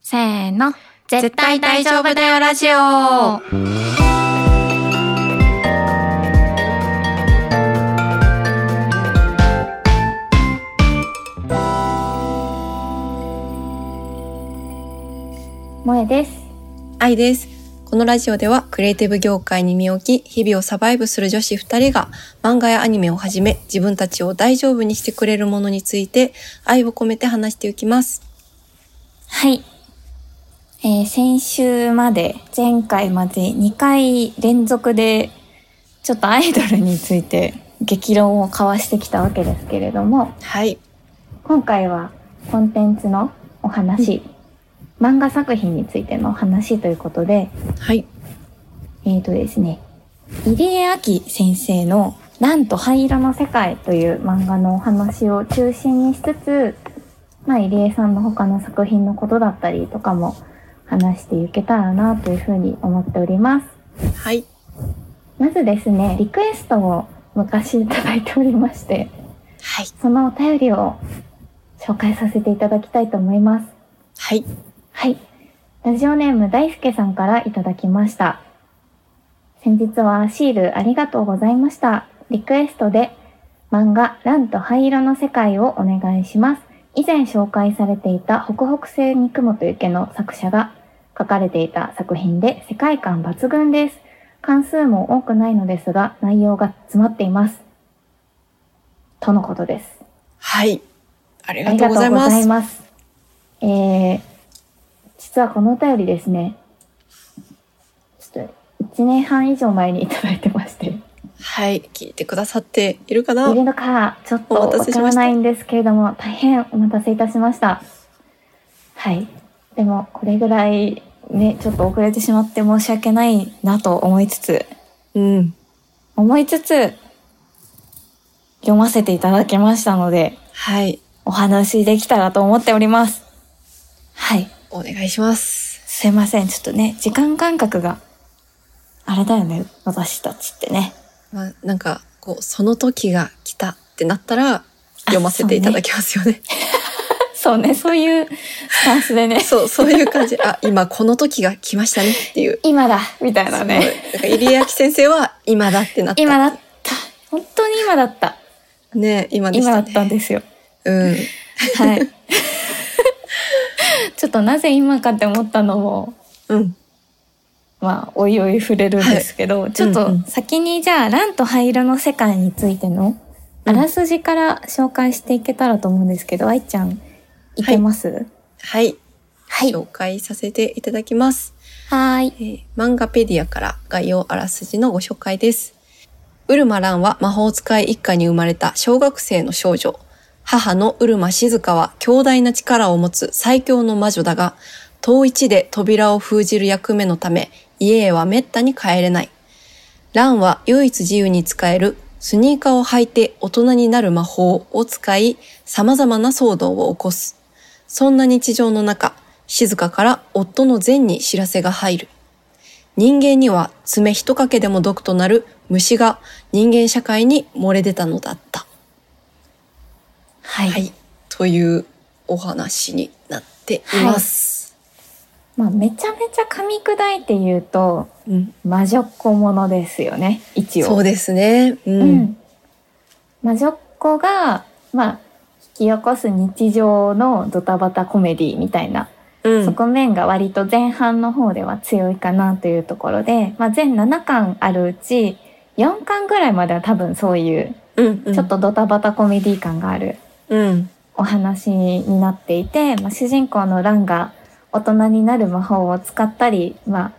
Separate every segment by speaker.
Speaker 1: せーの。絶対大丈夫だよラジオ。萌えです。
Speaker 2: 愛です。このラジオではクリエイティブ業界に身を置き、日々をサバイブする女子2人が漫画やアニメをはじめ、自分たちを大丈夫にしてくれるものについて愛を込めて話していきます。
Speaker 1: はい。えー先週まで、前回まで2回連続で、ちょっとアイドルについて激論を交わしてきたわけですけれども、
Speaker 2: はい。
Speaker 1: 今回はコンテンツのお話、漫画作品についてのお話ということで、
Speaker 2: はい。
Speaker 1: えーとですね、入江明先生のなんと灰色の世界という漫画のお話を中心にしつつ、まあ入江さんの他の作品のことだったりとかも話していけたらなというふうに思っております。
Speaker 2: はい。
Speaker 1: まずですね、リクエストを昔いただいておりまして、
Speaker 2: はい。
Speaker 1: そのお便りを紹介させていただきたいと思います。
Speaker 2: はい。
Speaker 1: はい。ラジオネーム大輔さんからいただきました。先日はシールありがとうございました。リクエストで漫画ランと灰色の世界をお願いします。以前紹介されていた北北西に雲と雪の作者が書かれていた作品で世界観抜群です。関数も多くないのですが内容が詰まっています。とのことです。
Speaker 2: はい。あり
Speaker 1: あ
Speaker 2: が
Speaker 1: り
Speaker 2: と
Speaker 1: が
Speaker 2: う
Speaker 1: と
Speaker 2: ご
Speaker 1: うご
Speaker 2: ざ
Speaker 1: ざ
Speaker 2: い
Speaker 1: い
Speaker 2: ま。
Speaker 1: ますす。えー、実はこのお便りですね、ちょっと1年半以上前にいただいてまして、
Speaker 2: はい。聞いてくださっているか
Speaker 1: い
Speaker 2: な
Speaker 1: るのかちょっと
Speaker 2: お
Speaker 1: わ
Speaker 2: 待たせ
Speaker 1: か
Speaker 2: しま
Speaker 1: ら
Speaker 2: した
Speaker 1: ないんですけれども、大変お待たせいたしました。はい。でも、これぐらいね、ちょっと遅れてしまって申し訳ないなと思いつつ、
Speaker 2: うん。
Speaker 1: 思いつつ、読ませていただきましたので、
Speaker 2: はい。
Speaker 1: お話できたらと思っております。はい。
Speaker 2: お願いします。
Speaker 1: すいません。ちょっとね、時間感覚が、あれだよね。私たちってね。
Speaker 2: まあ、なんか、こう、その時が来たってなったら、読ませていただきますよね。。
Speaker 1: そうね、そういうスタンスでね
Speaker 2: そう、そういう感じ。あ、今この時が来ましたねっていう。
Speaker 1: 今だみたいなね。
Speaker 2: そう。だから入江明先生は今だってなった。
Speaker 1: 今だった。本当に今だった。
Speaker 2: ね、今でし
Speaker 1: 今だ
Speaker 2: た、ね。
Speaker 1: ったんですよ。
Speaker 2: うん。
Speaker 1: はい。 ちょっとなぜ今かって思ったのも、
Speaker 2: うん。
Speaker 1: まあ、おいおい触れるんですけど、ちょっ
Speaker 2: うんう
Speaker 1: と
Speaker 2: ん
Speaker 1: 先にじゃあ、ランと灰色の世界についての、あらすじから紹介していけたらと思うんですけど、愛ちゃん、いけます、
Speaker 2: はい。
Speaker 1: はい。は
Speaker 2: 紹介させていただきます。
Speaker 1: ーい。
Speaker 2: えー漫画ペディアから概要あらすじのご紹介です。ウルマランは魔法使い一家に生まれた小学生の少女。母のウルマ静香は強大な力を持つ最強の魔女だが、遠一で扉を封じる役目のため、家へは滅多に帰れない。ランは唯一自由に使えるスニーカーを履いて大人になる魔法を使い、様々な騒動を起こす。そんな日常の中、静香から夫の善に知らせが入る。人間には爪一かけでも毒となる虫が人間社会に漏れ出たのだった。
Speaker 1: はい。
Speaker 2: はい。というお話になっています。
Speaker 1: まあ、めちゃめちゃ噛み砕いて言うと、
Speaker 2: うん、
Speaker 1: 魔女っ子ものですよね、一応。
Speaker 2: そうですね。う。
Speaker 1: うんん。魔女っ子が、まあ、引き起こす日常のドタバタコメディみたいな
Speaker 2: うん。
Speaker 1: 側面が割と前半の方では強いかなというところで、まあ、全7巻あるうち4巻ぐらいまでは多分そういう
Speaker 2: うん。うん
Speaker 1: ちょっ。とドタバタコメディ感がある
Speaker 2: うん。
Speaker 1: お話になっていて、まあ、主人公のランが大人になる魔法を使ったり、まあ、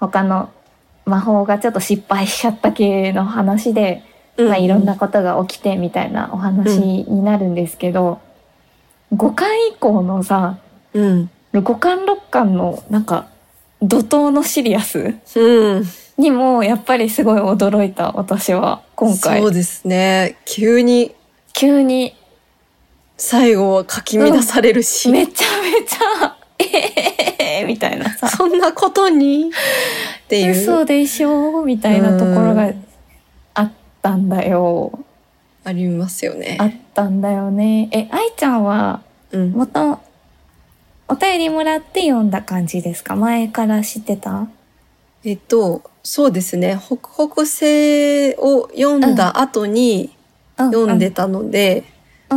Speaker 1: 他の魔法がちょっと失敗しちゃった系の話で、
Speaker 2: うん
Speaker 1: まあ、いろんな。ことが起きてみたいなお話になるんですけど、5巻以降のさ
Speaker 2: うん。
Speaker 1: 5巻6巻のなんか怒涛のシリアス
Speaker 2: うん。
Speaker 1: にもやっぱりすごい驚いた私は今回
Speaker 2: そうですね。急に
Speaker 1: 急に
Speaker 2: 最後はかき乱されるし。
Speaker 1: めちゃめちゃ ええみたいなさ
Speaker 2: そんなことにっていう。
Speaker 1: 嘘でしょみたいなところ
Speaker 2: う
Speaker 1: が
Speaker 2: ん
Speaker 1: あったんだよ
Speaker 2: ありますよね
Speaker 1: あ。ったんだよねえ愛ちゃんは
Speaker 2: うん。
Speaker 1: もとお便りもらって読んだ感じですか前から知ってた
Speaker 2: えっと、そうですね。北北西を読んだ後に読んでたので、
Speaker 1: うんうん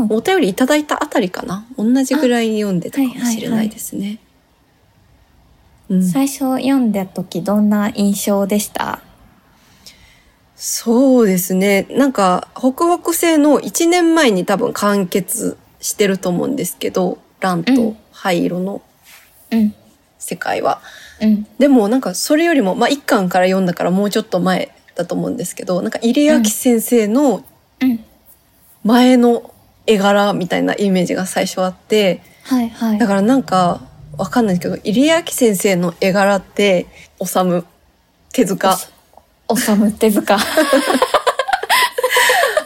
Speaker 2: お便りいただいたあたりかな。同じぐらいに読んでたかもしれないですね。うん
Speaker 1: 最初読んだ時どんな印象でした
Speaker 2: そうですね。なんか、北北西の1年前に多分完結してると思うんですけど、蘭
Speaker 1: うん
Speaker 2: と灰色の
Speaker 1: うん。
Speaker 2: 世界は。
Speaker 1: うん。
Speaker 2: でもなんかそれよりも、まあ1巻から読んだからもうちょっと前だと思うんですけど、なんか入江明先生の
Speaker 1: うん。
Speaker 2: 前の絵柄みたいなイメージが最初あって、
Speaker 1: はいはい
Speaker 2: だ。からなんかわかんないですけど、入江明先生の絵柄って、おさむ、手塚、
Speaker 1: おさむ手塚。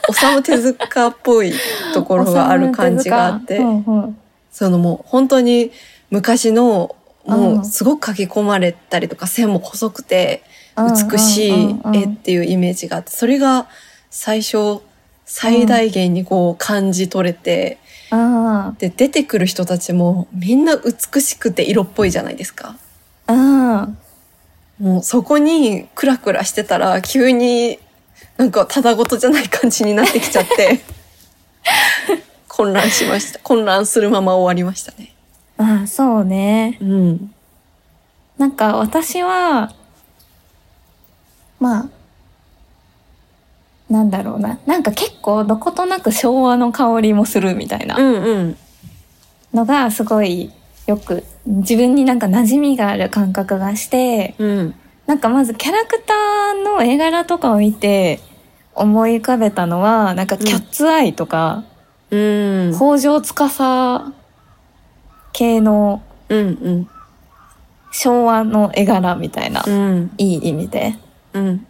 Speaker 2: おさむ手塚っぽいところがある感じがあって、
Speaker 1: おさむ手塚うんうん
Speaker 2: そのもう本当に昔の
Speaker 1: う
Speaker 2: も
Speaker 1: ん
Speaker 2: うすごく書き込まれたりとか線も細くて
Speaker 1: うん
Speaker 2: 美しい
Speaker 1: うんうん
Speaker 2: 絵っていうイメージがあってそれが最初最大限にこう感じ取れて
Speaker 1: あ
Speaker 2: で出てくる人たちもみんな美しくて色っぽいじゃないですか。
Speaker 1: あ。うん。
Speaker 2: もうそこにクラクラしてたら急になんかただごとじゃない感じになってきちゃって 混乱しました混乱するまま終わりましたね。
Speaker 1: ああ、そうね。
Speaker 2: うん
Speaker 1: なんか私は、まあ、なんだろうな。なんか結構どことなく昭和の香りもするみたいな
Speaker 2: うんうん
Speaker 1: のがすごいよく自分になんか馴染みがある感覚がして、
Speaker 2: うん
Speaker 1: なんかまずキャラクターの絵柄とかを見て思い浮かべたのは、なんかキャッツアイとか、
Speaker 2: うん
Speaker 1: 北条司系の
Speaker 2: うん
Speaker 1: 昭和の絵柄みたいな、
Speaker 2: うん
Speaker 1: いい意味で。
Speaker 2: うん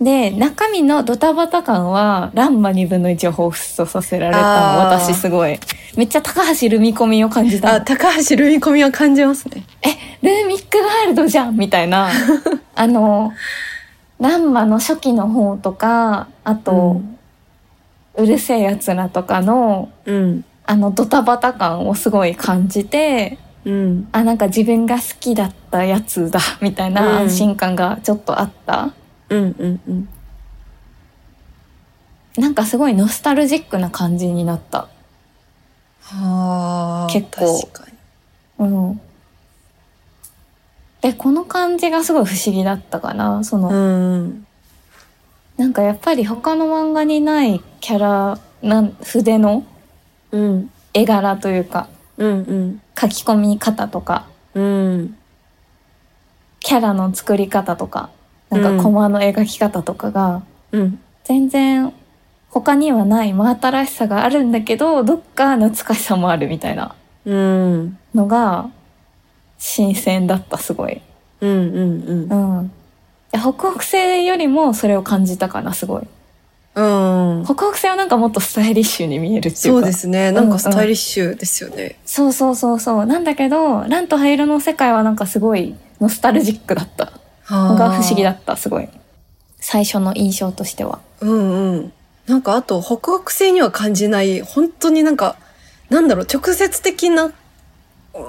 Speaker 1: で、中身のドタバタ感は、ランマ2分の1を彷彿とさせられた
Speaker 2: あー
Speaker 1: 私すごい。めっちゃ高橋ルミコミを感じた
Speaker 2: あ
Speaker 1: の。
Speaker 2: 高橋ルミコミは感じますね
Speaker 1: ルーミックワールドじゃんみたい な。あの、ランマの初期の方とか、あと、うるせえやつらとかの、
Speaker 2: うん
Speaker 1: あのドタバタ感をすごい感じて、
Speaker 2: うん
Speaker 1: あ、なんか自分が好きだったやつだ、みたいな
Speaker 2: うん
Speaker 1: 安心感がちょっとあった。
Speaker 2: うんうんうん
Speaker 1: なんかすごいノスタルジックな感じになった。
Speaker 2: はあ
Speaker 1: 結構
Speaker 2: 確かに
Speaker 1: うん。で、この感じがすごい不思議だったかな。その、
Speaker 2: うん
Speaker 1: なんかやっぱり他の漫画にないキャラ、なん筆の
Speaker 2: うん
Speaker 1: 絵柄というか、
Speaker 2: うんうん
Speaker 1: 書き込み方とか、
Speaker 2: うん
Speaker 1: キャラの作り方とか、なん
Speaker 2: う
Speaker 1: か
Speaker 2: ん
Speaker 1: コマの描き方とかが、
Speaker 2: うん
Speaker 1: 全然他にはない真新しさがあるんだけど、どっか懐かしさもあるみたいな
Speaker 2: うん
Speaker 1: のが、新鮮だった、すごい。
Speaker 2: うんうん
Speaker 1: う。ん。で北北西よりもそれを感じたかな、すごい。
Speaker 2: うん。
Speaker 1: 北北西はなんかもっとスタイリッシュに見えるっていう
Speaker 2: そ
Speaker 1: か。
Speaker 2: うで。すね。なんかスタイリッシュですよね。
Speaker 1: そうそうそうそう。なんだけど、ランと灰色の世界はなんかすごいノスタルジックだった。の
Speaker 2: の
Speaker 1: が不思議だ。った、すごい。最初の印象としては。
Speaker 2: うんうん。なんかあと、北北西には感じない、本当になんか、なんだろう、直接的な、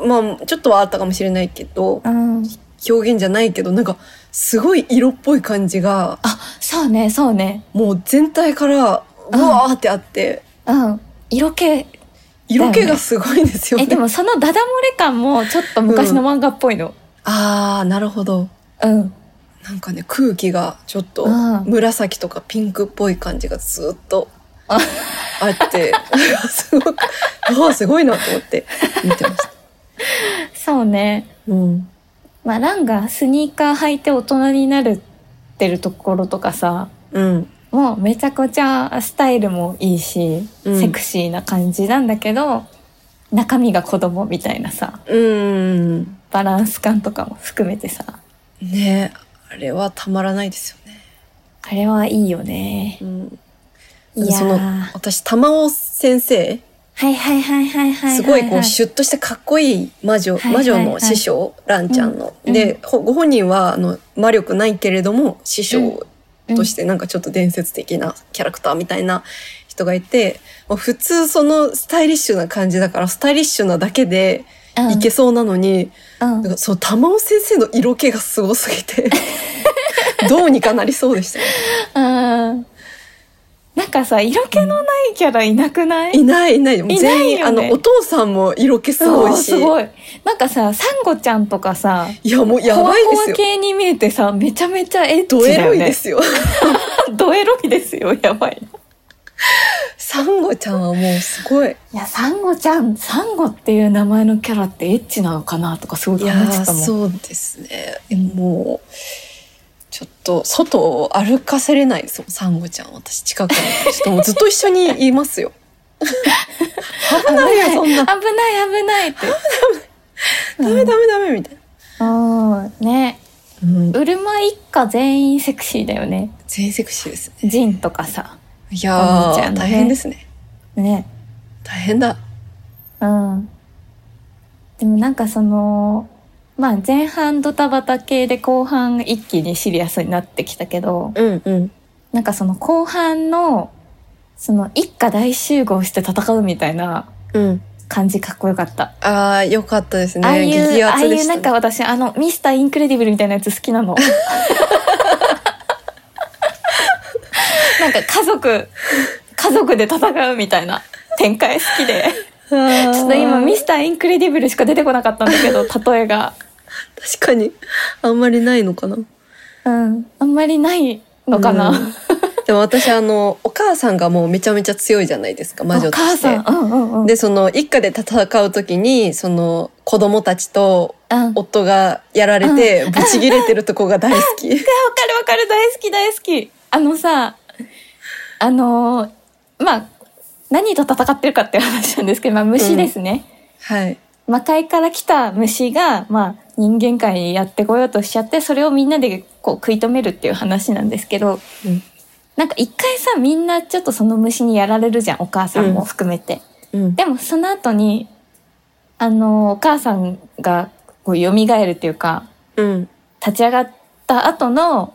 Speaker 2: まあ、ちょっとはあったかもしれないけど、
Speaker 1: うん。
Speaker 2: 表現じゃないけど、なんか、すごい色っぽい感じが、
Speaker 1: あ、そうね、そうね。
Speaker 2: もう全体から、うわーってあって、
Speaker 1: うん。色気。
Speaker 2: 色気がすごいんですよね。
Speaker 1: え、でもそのダダ漏れ感もちょっと昔の漫画っぽいの。
Speaker 2: あー、なるほど。
Speaker 1: うん。
Speaker 2: なんかね、空気がちょっと
Speaker 1: うん
Speaker 2: 紫とかピンクっぽい感じがずっとあって、 すごく、ああ、すごいなと思って見てました。
Speaker 1: そうね。
Speaker 2: うん。
Speaker 1: まあ、ランがスニーカー履いて大人になるってるところとかさ、
Speaker 2: うん。
Speaker 1: もうめちゃくちゃスタイルもいいし、
Speaker 2: うん
Speaker 1: セクシーな感じなんだけど、中身が子供みたいなさ、
Speaker 2: うん。
Speaker 1: バランス感とかも含めてさ、
Speaker 2: ねあれはたまらないですよね。
Speaker 1: あれはいいよね。
Speaker 2: うん。
Speaker 1: いや
Speaker 2: そ
Speaker 1: ー
Speaker 2: の、私、玉尾先生、
Speaker 1: はいはいはいはいはいはは
Speaker 2: すごいこう、シュッとしてかっこいい魔女、
Speaker 1: はい
Speaker 2: 魔女の師匠、ランちゃんの。
Speaker 1: うん
Speaker 2: で、ほご本人は、あの、魔力ないけれども、師匠としてなんかちょっと伝説的なキャラクターみたいな人がいて、もう普通そのスタイリッシュな感じだから、スタイリッシュなだけで
Speaker 1: うん
Speaker 2: いけそうなのに、
Speaker 1: うん
Speaker 2: なんかその玉尾先生の色気がすごす ぎて、どうにかなりそうでしたね。
Speaker 1: うんなんかさ、色気のないキャラいなくない、
Speaker 2: いないいない。もう全員、
Speaker 1: いないよ
Speaker 2: あ
Speaker 1: ね
Speaker 2: の、お父さんも色気すごいし。
Speaker 1: うんすごい。なんかさ、サンゴちゃんとかさ、
Speaker 2: いや、もうや
Speaker 1: ホワ
Speaker 2: ばいで
Speaker 1: ホ
Speaker 2: す
Speaker 1: ワ
Speaker 2: よ。
Speaker 1: 系に見えてさ、めちゃめちゃエッチ
Speaker 2: ドエ
Speaker 1: だよ
Speaker 2: ロい
Speaker 1: ね
Speaker 2: で。すよ。
Speaker 1: ドエロいですよ、やばい。
Speaker 2: サンゴちゃんはもうすごい。
Speaker 1: いや、サンゴちゃん、サンゴっていう名前のキャラってエッチなのかなとかすごい
Speaker 2: い
Speaker 1: 考え
Speaker 2: や
Speaker 1: て
Speaker 2: ー
Speaker 1: たもん。
Speaker 2: そうですね。でももう、ちょっと、外を歩かせれないですもん、サンゴちゃん。私、近くに。ちょっともうずっと一緒にいま すよ。 危ないよ、そんな。
Speaker 1: 危ない危ないって。
Speaker 2: ダメダメダメ、みたいな。
Speaker 1: うん、ね。
Speaker 2: うん、
Speaker 1: うるま一家全員セクシーだよね。
Speaker 2: 全員セクシーですね。
Speaker 1: ジンとかさ。
Speaker 2: い
Speaker 1: サン
Speaker 2: や
Speaker 1: ゴちゃ
Speaker 2: ー、
Speaker 1: んね
Speaker 2: 大変ですね。
Speaker 1: ね。
Speaker 2: 大変だ。
Speaker 1: うん。でもなんかその、まあ前半ドタバタ系で後半一気にシリアスになってきたけど、
Speaker 2: うんうん。
Speaker 1: なんかその後半の、その一家大集合して戦うみたいな
Speaker 2: うん。
Speaker 1: 感じかっこよかった。
Speaker 2: ああ、よかったですね。
Speaker 1: ああいう、
Speaker 2: 激
Speaker 1: ああ
Speaker 2: アツで
Speaker 1: いう
Speaker 2: し
Speaker 1: な
Speaker 2: た
Speaker 1: ん
Speaker 2: ね、
Speaker 1: か私、あの、ミスターインクレディブルみたいなやつ好きな の。なんか家族、家族で戦うみたいな展開好きで。
Speaker 2: あー
Speaker 1: ちょっと今、ミスターインクレディブルしか出てこなかったんだけど、 例えが。
Speaker 2: 確かに、あんまりないのかな。
Speaker 1: うん。あんまりないのかな。
Speaker 2: うんでも私、あの、お母さんがもうめちゃめちゃ強いじゃないですか、魔女
Speaker 1: お
Speaker 2: として。
Speaker 1: 母さん、うんうんうん。
Speaker 2: で、その、一家で戦うときに、その、子供たちと
Speaker 1: うん、わか
Speaker 2: 夫がやられて、ブチギレてるとこが大好 き。
Speaker 1: るわかる、大好き大好き。あのさ、あのーまあ、何と戦ってるかっていう話なんですけど、まあ、虫ですね。
Speaker 2: はい。
Speaker 1: 魔界から来た虫が、まあ、人間界にやってこようとしちゃってそれをみんなでこう食い止めるっていう話なんですけど
Speaker 2: うん。
Speaker 1: なんか一回さみんなちょっとその虫にやられるじゃんお母さんも含めて。
Speaker 2: うん。
Speaker 1: でもその後にあのお母さんがこう蘇るっていうか
Speaker 2: うん。
Speaker 1: 立ち上がった後の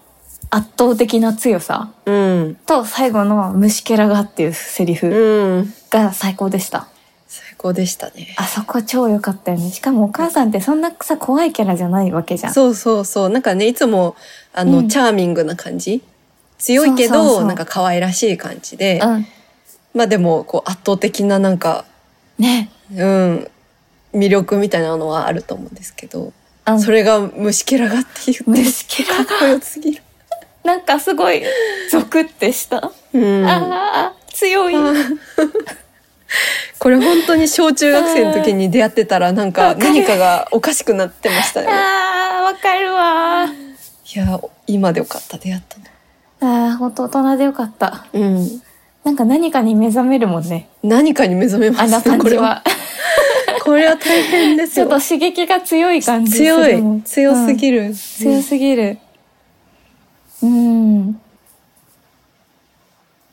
Speaker 1: 圧倒的な強さ
Speaker 2: うん。
Speaker 1: と最後の「虫けらが」っていうセリフ
Speaker 2: うん。
Speaker 1: が最高でした。
Speaker 2: 最高でしたね。
Speaker 1: あそこ超良かったよね。しかもお母さんってそんなさ怖いキャラじゃないわけじゃん。
Speaker 2: そうそうそう。なんかね、いつも、あの、
Speaker 1: うん
Speaker 2: チャーミングな感じ。強いけど、
Speaker 1: そうそうそう
Speaker 2: なんか可愛らしい感じで。
Speaker 1: うん。
Speaker 2: まあでも、こう、圧倒的ななんか、
Speaker 1: ね。
Speaker 2: うん、魅力みたいなのはあると思うんですけど、
Speaker 1: うん
Speaker 2: それが虫けらがっていうね、
Speaker 1: 虫けら
Speaker 2: かっこよすぎる。
Speaker 1: なんかすごい、ゾクってした。
Speaker 2: うん、
Speaker 1: ああ、強い。
Speaker 2: あーこれ本当に小中学生の時に出会ってたらなん
Speaker 1: わ
Speaker 2: か
Speaker 1: かる
Speaker 2: 何かがおかしくなってましたよね。
Speaker 1: ああ、わかるわー。
Speaker 2: いや今でよかった出会ったの。
Speaker 1: ああ、ほんと大人でよかった。
Speaker 2: うん、
Speaker 1: なんか何かに目覚めるもんね。
Speaker 2: 何かに目覚めま
Speaker 1: あんな
Speaker 2: した
Speaker 1: 感
Speaker 2: こ
Speaker 1: じ
Speaker 2: れは
Speaker 1: は。
Speaker 2: これは大変です
Speaker 1: ちょ
Speaker 2: よ
Speaker 1: っと。刺激が強い感じす
Speaker 2: 強
Speaker 1: るも
Speaker 2: い
Speaker 1: ん
Speaker 2: 強すぎる。
Speaker 1: うん強すぎる。うん。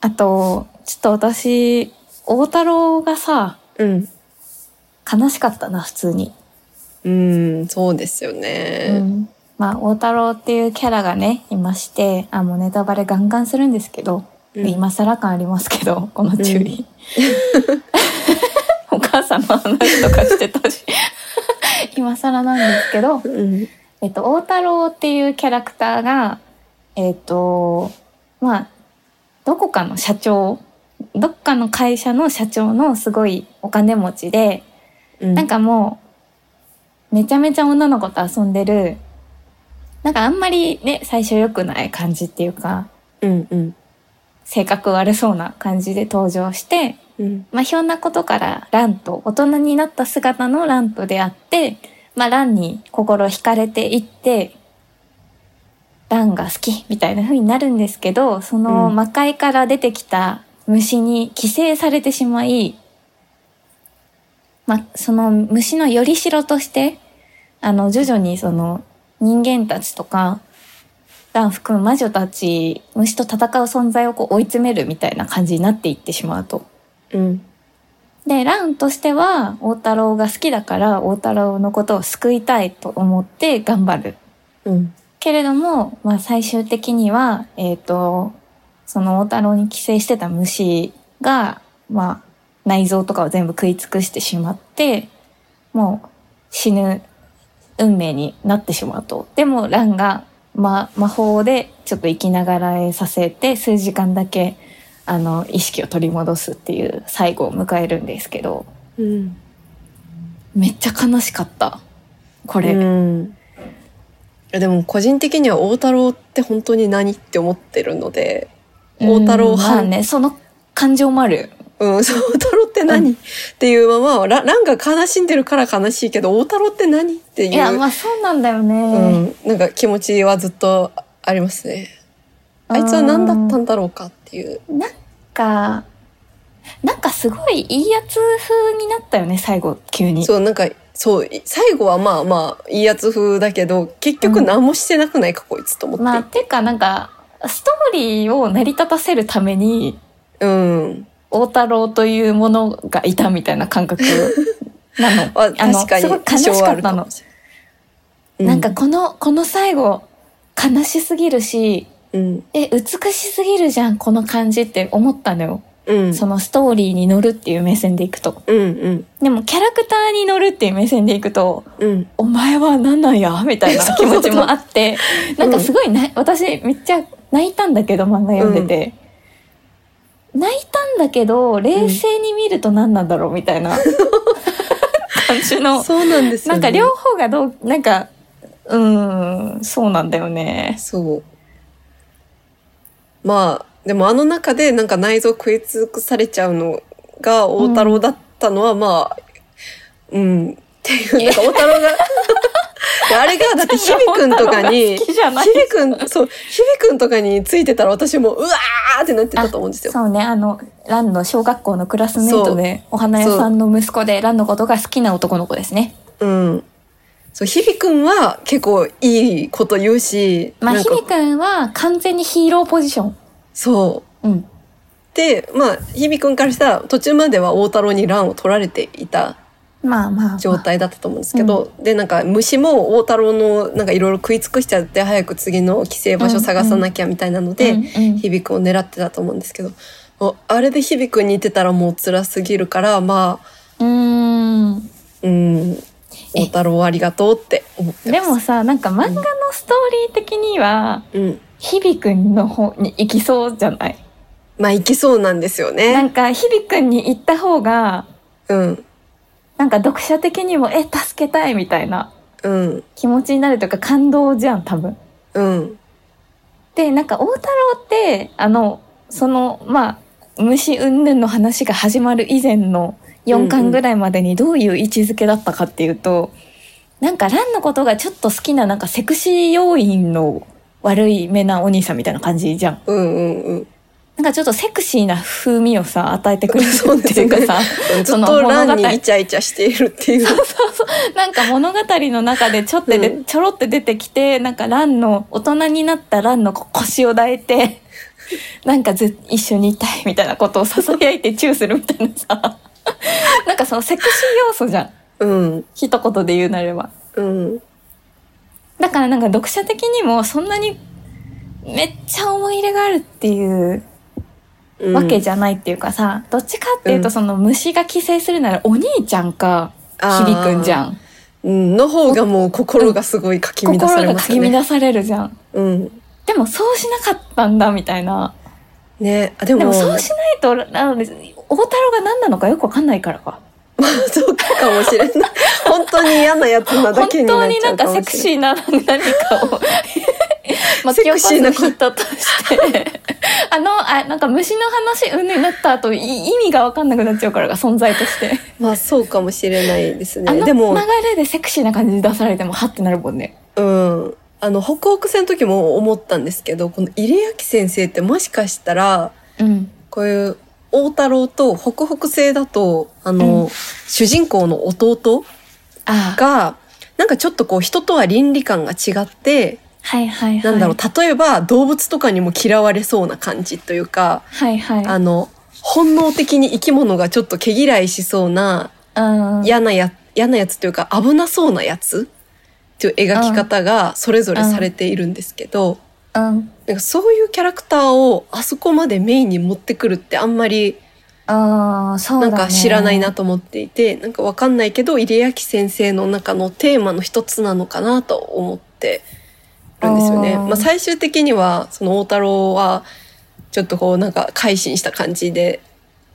Speaker 1: あと、ちょっと私、大太郎がさ、
Speaker 2: うん
Speaker 1: 悲しかったな、普通に。
Speaker 2: うんそうですよ
Speaker 1: う
Speaker 2: ね。
Speaker 1: んまあ、大太郎っていうキャラがね、いまして、あ、もうネタバレガンガンするんですけど、
Speaker 2: うん
Speaker 1: 今更感ありますけど、この注 意。お母さんの話とかしてたし、 今更なんですけど、
Speaker 2: うん
Speaker 1: えっと、大太郎っていうキャラクターが、えっと、まあ、どこかの社長、どっかの会社の社長のすごいお金持ちで、
Speaker 2: うん
Speaker 1: なんかもう、めちゃめちゃ女の子と遊んでる、なんかあんまりね、最初良くない感じっていうか、
Speaker 2: うんうん
Speaker 1: 性格悪そうな感じで登場して、
Speaker 2: うん
Speaker 1: まあ、ひょんなことからランと、大人になった姿のランと出会って、まあ、ランに心惹かれていって、ランが好きみたいな風になるんですけど、その
Speaker 2: うん
Speaker 1: 魔界から出てきた虫に寄生されてしまい、まあ、その虫のよりしろとして、あの、徐々にその人間たちとか、ラン含む魔女たち、虫と戦う存在をこう追い詰めるみたいな感じになっていってしまうと。
Speaker 2: うん
Speaker 1: で、ランとしては、大太郎が好きだから、大太郎のことを救いたいと思って頑張る。
Speaker 2: うん
Speaker 1: けれども、まあ最終的には、えっ、と、その大太郎に寄生してた虫が、まあ、内臓とかを全部食い尽くしてしまって、もう死ぬ運命になってしまうと。でも、ランが、ま、魔法でちょっと生きながらえさせて、数時間だけ、あの、意識を取り戻すっていう最後を迎えるんですけど、
Speaker 2: うん。
Speaker 1: めっちゃ悲しかった。これ。
Speaker 2: うん。でも個人的には大太郎って本当に何って思ってるので、大太郎
Speaker 1: うん
Speaker 2: は
Speaker 1: まあね、その感情もある。
Speaker 2: うん、そう大太郎って何、
Speaker 1: う
Speaker 2: っていうまま、ラランが悲しんでるから悲しいけど、大太郎って何っていう。
Speaker 1: いや、まあそうなんだよ
Speaker 2: う
Speaker 1: ね。
Speaker 2: ん、なんか気持ちはずっとありますね。あいつは何だったんだろうかっていう。
Speaker 1: なんか、なんかすごいいいやつ風になったよね、最後、急に。
Speaker 2: そう、なんか、そう、い最後はまあまあ、いいやつ風だけど、結局何もしてなくないか、こいつと思って。
Speaker 1: まあ、てかなんか、ストーリーを成り立たせるために、
Speaker 2: うん。
Speaker 1: 大太郎というものがいたみたいな感覚な の。
Speaker 2: あ
Speaker 1: あの
Speaker 2: 確か
Speaker 1: すごい
Speaker 2: に、
Speaker 1: 悲しかったの。
Speaker 2: しれな。
Speaker 1: ないんかこの、この最後、悲しすぎるし、
Speaker 2: うん、
Speaker 1: え、美しすぎるじゃん、この感じって思ったのよ。
Speaker 2: うん、うん、
Speaker 1: そのストーリーに乗るっていう目線でいくと。
Speaker 2: うん、うん、
Speaker 1: でもキャラクターに乗るっていう目線でいくと、
Speaker 2: うん、
Speaker 1: お前は何なんやみ たいな気持ちもあって、なんかすごいな、私めっちゃ泣いたんだけど漫画読んでて。泣いたんだけど、冷静に見ると何なんだろうみたいな 感じの、
Speaker 2: そうなんですよ、
Speaker 1: なん
Speaker 2: ね。
Speaker 1: か両方がどう、なんか、うーん、そうなんだよね。
Speaker 2: そう。まあ、でもあの中でなんか内臓食い尽くされちゃうのが大太郎だったのはまあ、うん、っていう、なんか大太郎が、で あれが、だって、ひびくんとかに、
Speaker 1: 好
Speaker 2: ひ
Speaker 1: きじ ゃない
Speaker 2: びくん、そう、ひびくんとかについてたら私も、うわーってなってたと思うんですよ。
Speaker 1: そうね、あの、ランの小学校のクラスメートで、お花屋さんの息子で、ランのことが好きな男の子ですね。
Speaker 2: うん。そう、ひびくんは結構いいこと言うし、
Speaker 1: まあ、
Speaker 2: なん
Speaker 1: ひ
Speaker 2: か
Speaker 1: びくんは完全にヒーローポジション。
Speaker 2: そう。
Speaker 1: うん。
Speaker 2: で、まあ、ひびくんからしたら途中までは大太郎に乱を取られていた
Speaker 1: まあまあまあ。
Speaker 2: 状態だったと思うんですけど、でなんか虫も大太郎のなんかいろいろ食い尽くしちゃって早く次の帰省場所探さなきゃみたいなので、
Speaker 1: うんうん
Speaker 2: 響くんを狙ってたと思うんですけどおあれで響くん似てたらもう辛すぎるからまあ
Speaker 1: うーん。
Speaker 2: うん大太郎ありがとうって思って
Speaker 1: で
Speaker 2: ます。
Speaker 1: もさ、なんか漫画のストーリー的には、
Speaker 2: うん
Speaker 1: ひびくんの方に行きそうじゃない
Speaker 2: まあいきそうなんですよ
Speaker 1: な
Speaker 2: ね。
Speaker 1: んか、ひびくんに行った方が、
Speaker 2: うん
Speaker 1: なんか読者的にも、え、助けたいみたいな
Speaker 2: うん
Speaker 1: 気持ちになるというか感動じゃん、多分。
Speaker 2: うん
Speaker 1: でなんか大太郎ってあのそのまあ虫云々の話が始まる以前の4
Speaker 2: うんう
Speaker 1: 巻
Speaker 2: ん
Speaker 1: ぐらいまでにどういう位置づけだったかっていうと、なんか蘭のことがちょっと好きななんかセクシー要因の悪い目なお兄さんみたいな感じじゃん。
Speaker 2: うんうんうん
Speaker 1: なんかちょっとセクシーな風味をさ与えてくれる
Speaker 2: そう
Speaker 1: っ
Speaker 2: で
Speaker 1: て
Speaker 2: す
Speaker 1: い
Speaker 2: ね
Speaker 1: うかさ、
Speaker 2: ず
Speaker 1: そ
Speaker 2: っ
Speaker 1: の
Speaker 2: と
Speaker 1: 物語
Speaker 2: 乱にイチャイチャしているっていう。
Speaker 1: なんか物語の中でちょっとで、
Speaker 2: うん
Speaker 1: ちょろって出てきてなんか蘭の大人になった蘭の腰を抱いて なんかず一緒にいたいみたいなことをささやいてチューするみたいなさ なんかそのセクシー要素じゃん
Speaker 2: うん
Speaker 1: 一言で言うなれば
Speaker 2: うん
Speaker 1: だからなんか読者的にもそんなにめっちゃ思い入れがあるっていう
Speaker 2: うん
Speaker 1: わけじゃないっていうかさ、どっちかっていう
Speaker 2: う
Speaker 1: と
Speaker 2: ん
Speaker 1: その虫が寄生するならお兄ちゃんか
Speaker 2: あー
Speaker 1: 響くんじゃん
Speaker 2: うんの方がもう心がすごいかき乱さ
Speaker 1: 心
Speaker 2: れ
Speaker 1: が
Speaker 2: ま
Speaker 1: か
Speaker 2: す
Speaker 1: き
Speaker 2: よね。
Speaker 1: 乱されるじゃん
Speaker 2: うん。
Speaker 1: でもそうしなかったんだみたいな。
Speaker 2: ね、あでも
Speaker 1: でもそうしないと、あの大太郎が何なのかよくわかんないからか。
Speaker 2: そうかもしれない。本当に嫌なやつなだ
Speaker 1: 本
Speaker 2: けに
Speaker 1: 当
Speaker 2: なっ
Speaker 1: に
Speaker 2: ち
Speaker 1: な
Speaker 2: ゃうんか
Speaker 1: かセ
Speaker 2: も
Speaker 1: ク
Speaker 2: しれない。
Speaker 1: シーな何かを巻き起こす人として、 あの、あ、なんか虫の話、うんぬになった後、い意味がわかんなくなっちゃうからが存在として。
Speaker 2: まあそうかもしれないです
Speaker 1: あ
Speaker 2: ね。
Speaker 1: の流
Speaker 2: でも、
Speaker 1: れでセクシーな感じに出されても、はってなるもんね。
Speaker 2: うん。あの、北北戦の時も思ったんですけど、この入江明先生ってもしかしたら、
Speaker 1: うん。
Speaker 2: こういう大太郎と北北星だと、あの、
Speaker 1: うん
Speaker 2: 主人公の弟
Speaker 1: ああ。
Speaker 2: が、なんかちょっとこう人とは倫理観が違って、
Speaker 1: はいはいはい。
Speaker 2: なんだろう、例えば動物とかにも嫌われそうな感じというか、
Speaker 1: はいはい。
Speaker 2: あの、本能的に生き物がちょっと毛嫌いしそうな
Speaker 1: うん。
Speaker 2: 嫌なや、嫌なやつというか危なそうなやつっていう描き方がそれぞれされているんですけど、
Speaker 1: うん。
Speaker 2: なんかそういうキャラクターをあそこまでメインに持ってくるってあんまり
Speaker 1: ああ、そう
Speaker 2: な
Speaker 1: だ、
Speaker 2: ん
Speaker 1: ね。
Speaker 2: か知らないな。と思っていて、なんかわかんないけど、入明先生の中のテーマの一つなのかなと思ってるんですよね。
Speaker 1: あー
Speaker 2: まあ最終的には、その大太郎は、ちょっとこうなんか改心した感じで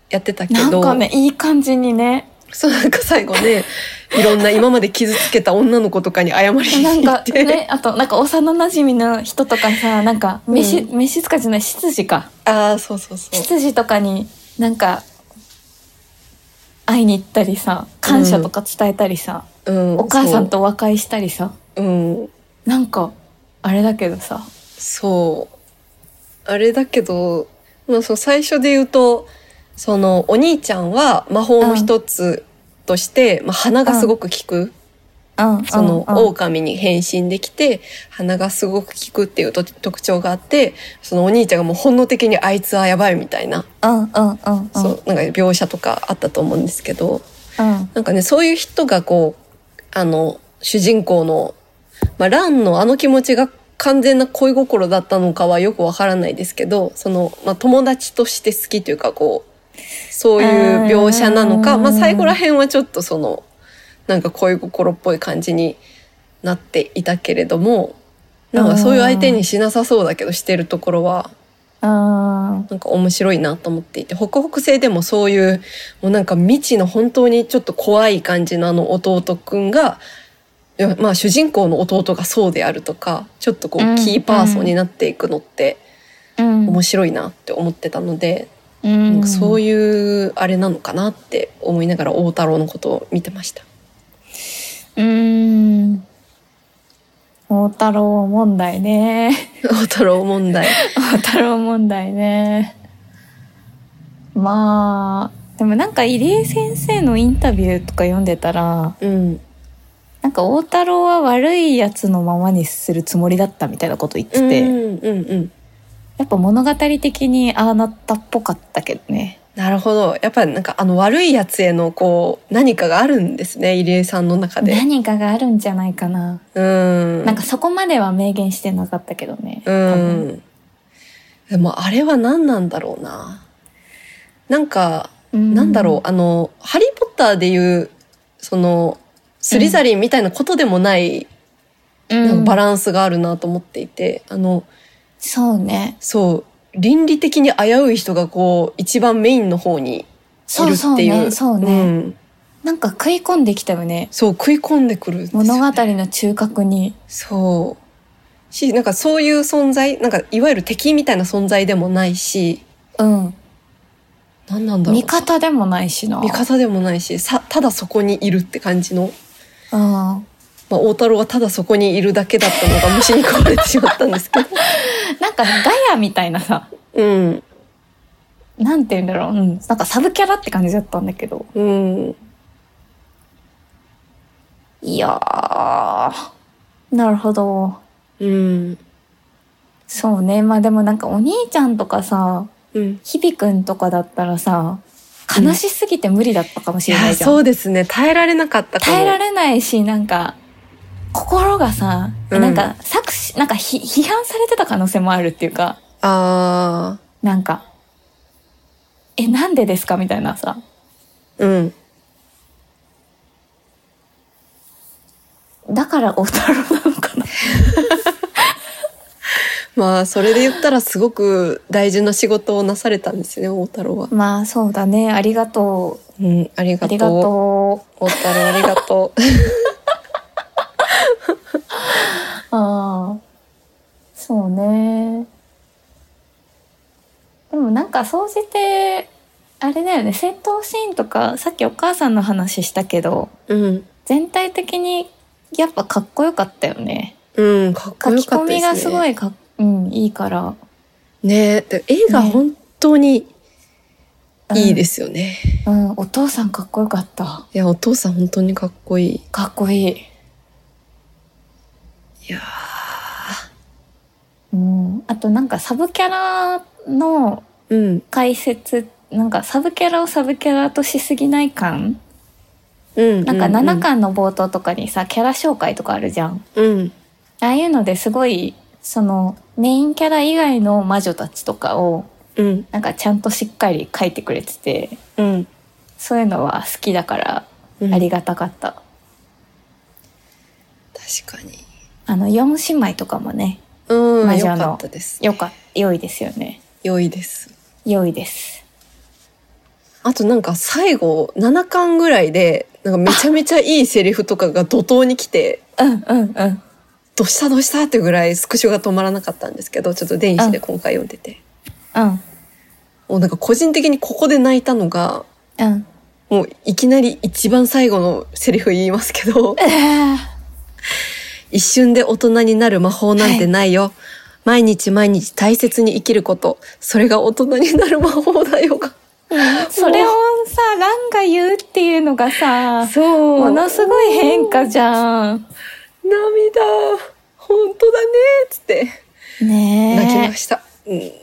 Speaker 2: やってたけ
Speaker 1: なん
Speaker 2: ど、
Speaker 1: かね、いい感じにね。
Speaker 2: そうなんか最後 ね、いろんな今まで傷つけた女の子とかに謝りに
Speaker 1: な
Speaker 2: 行
Speaker 1: んか
Speaker 2: って、
Speaker 1: ね、あと、なんか幼馴染の人とかさ、なんか、
Speaker 2: うん
Speaker 1: 飯、飯塚じゃない、執事か。
Speaker 2: ああ、そうそうそう。
Speaker 1: 執事とかに、なんか、会いに行ったりさ、感謝とか伝えたりさ、
Speaker 2: うん、
Speaker 1: お母さんと和解したりさ、
Speaker 2: そう。うん、
Speaker 1: なんか、あれだけどさ、
Speaker 2: そう。あれだけど、まあ、そう最初で言うと、そのお兄ちゃんは魔法の一つとして、まあ、鼻がすごく効く。
Speaker 1: うん、
Speaker 2: その、
Speaker 1: うん、うん
Speaker 2: 狼に変身できて、鼻がすごく効くっていうと特徴があって、そのお兄ちゃんがもう本能的にあいつはやばいみたいな、
Speaker 1: うん、うん、うん、
Speaker 2: そう、なんか描写とかあったと思うんですけど、
Speaker 1: うん、
Speaker 2: なんかね、そういう人がこう、あの、主人公の、まあ、ランのあの気持ちが完全な恋心だったのかはよくわからないですけど、その、まあ、友達として好きというか、こう、そういう描写なの
Speaker 1: あ
Speaker 2: か、
Speaker 1: ー
Speaker 2: まあ、最後ら辺はちょっとその、なんか恋心っぽい感じになっていたけれども、なんかそういう相手にしなさそうだけどしてるところは、
Speaker 1: あ
Speaker 2: なんか面白いなと思っていて、北北西でもそういう、もうなんか未知の本当にちょっと怖い感じのあの弟くんが、いやまあ主人公の弟がそうであるとか、ちょっとこ
Speaker 1: うん
Speaker 2: うキーパーソンになっていくのって
Speaker 1: ーうん、
Speaker 2: 面白いなって思ってたので、
Speaker 1: うん
Speaker 2: なんかそういうあれなのかなって思いながら大太郎のことを見てま した。
Speaker 1: うーん。大太郎問題ね。
Speaker 2: 大太郎問題。
Speaker 1: 大太郎問題ね。 まあ、でもなんか入江先生のインタビューとか読んでたら、
Speaker 2: うん。
Speaker 1: なんか大太郎は悪いやつのままにするつもりだったみたいなこと言ってて、
Speaker 2: うんうんうん。
Speaker 1: やっぱ物語的にああなったっぽかったけどね。
Speaker 2: なるほど。やっぱりなんかあの悪いやつへのこう何かがあるんですね、入江さんの中で。
Speaker 1: 何かがあるんじゃないかな。
Speaker 2: うん。
Speaker 1: なんかそこまでは明言してなかったけどね。
Speaker 2: う
Speaker 1: 多分
Speaker 2: ん。でもあれは何なんだろうな。なんか、
Speaker 1: うん
Speaker 2: なんだろう、あの、ハリーポッターでいう、その、スリザリンみたいなことでもない、
Speaker 1: う。
Speaker 2: なん
Speaker 1: ん、
Speaker 2: かバランスがあるなと思っていて、あの、
Speaker 1: そうね。
Speaker 2: そう、倫理的に危うい人がこう、一番メインの方にいるって
Speaker 1: そ
Speaker 2: いうう。
Speaker 1: そうね。そうね。
Speaker 2: ん。
Speaker 1: なんか食い込んできたよね。
Speaker 2: そう、食い込んでくるんですよね
Speaker 1: 物語の中核に。
Speaker 2: そう。し、なんかそういう存在、なんかいわゆる敵みたいな存在でもないし、
Speaker 1: うん。
Speaker 2: 何なんだろう
Speaker 1: 味
Speaker 2: な。
Speaker 1: 方でもないしな。
Speaker 2: 味方でもないしさただそこにいるって感じの、
Speaker 1: うん。
Speaker 2: まあ、大太郎はただそこにいるだけだったのが虫に食われてしまったんですけど
Speaker 1: なんかガヤみたいなさ、
Speaker 2: うん
Speaker 1: なんて言うんだろう。うん。なんかサブキャラって感じだったんだけど。
Speaker 2: うん
Speaker 1: いやー。なるほど。
Speaker 2: うん
Speaker 1: そうね。まあでもなんかお兄ちゃんとかさ、
Speaker 2: うん
Speaker 1: ひびくんとかだったらさ、悲しすぎて無理だったかも
Speaker 2: い
Speaker 1: しれな
Speaker 2: や
Speaker 1: いじゃん。
Speaker 2: そうですね耐えられなかったかも
Speaker 1: 耐えられないし、なんか、心がさ、
Speaker 2: うん
Speaker 1: なんか、作詞、なんかひ批判されてた可能性もあるっていうか。
Speaker 2: あ
Speaker 1: なんか、え、なんでですかみたいなさ。
Speaker 2: ーうん
Speaker 1: だからお太郎なのかな。
Speaker 2: まあそれで言ったらすごく大事な仕事をなされたんですね大太郎は
Speaker 1: まあそうだね。ありがとう。
Speaker 2: うんあり
Speaker 1: あ
Speaker 2: がと
Speaker 1: り
Speaker 2: う
Speaker 1: がとう。
Speaker 2: 大太郎ありがとう
Speaker 1: ああ。そうね。でもなんか総じて、あれだよね。戦闘シーンとか、さっきお母さんの話したけど、
Speaker 2: うん
Speaker 1: 全体的にやっぱかっこよかったよね。
Speaker 2: うんかっ
Speaker 1: 書
Speaker 2: こよ
Speaker 1: き
Speaker 2: かっ
Speaker 1: 込
Speaker 2: たで
Speaker 1: み
Speaker 2: すね
Speaker 1: がすごいかっ、うん、いいから。
Speaker 2: ねで映画
Speaker 1: ね。
Speaker 2: 本当にいいですすよね、
Speaker 1: うん、お父さんかっこよかった。
Speaker 2: いやお父さん本当にかっこいい
Speaker 1: かっこいい。
Speaker 2: いやー
Speaker 1: うん、あとなんかサブキャラの
Speaker 2: うん
Speaker 1: 解説なんかサブキャラをサブキャラとしすぎない感
Speaker 2: うん
Speaker 1: なんか
Speaker 2: 七
Speaker 1: 7巻の冒頭とかにさキャラ紹介とかあるじゃん
Speaker 2: うん
Speaker 1: ああいうのですごいそのメインキャラ以外の魔女たちとかを
Speaker 2: うん
Speaker 1: なんかちゃんとしっかり書いてくれてて
Speaker 2: うん
Speaker 1: そういうのは好きだから
Speaker 2: うん
Speaker 1: ありがたかった、
Speaker 2: 確かに
Speaker 1: あの4姉妹とかもね
Speaker 2: うん
Speaker 1: 魔
Speaker 2: 良
Speaker 1: 女の
Speaker 2: かったです
Speaker 1: よか良いですよね
Speaker 2: 良いです
Speaker 1: 良いです
Speaker 2: あとなんか最後7巻ぐらいでなんかめちゃめちゃいいセリフとかが怒涛に来て
Speaker 1: うんうんうん
Speaker 2: どうしたどうしたってぐらいスクショが止まらなかったんですけどちょっと電子で今回読んでて、
Speaker 1: うん
Speaker 2: もうなんか個人的にここで泣いたのが
Speaker 1: うん
Speaker 2: もういきなり一番最後のセリフ言いますけど一瞬で大人になる魔法なんてないよ、毎日毎日大切に生きることそれが大人になる魔法だよが
Speaker 1: それをさランが言うっていうのがさ
Speaker 2: そう
Speaker 1: ものすごい変化じゃん
Speaker 2: 涙本当だねっつって泣きま
Speaker 1: ね
Speaker 2: した、
Speaker 1: え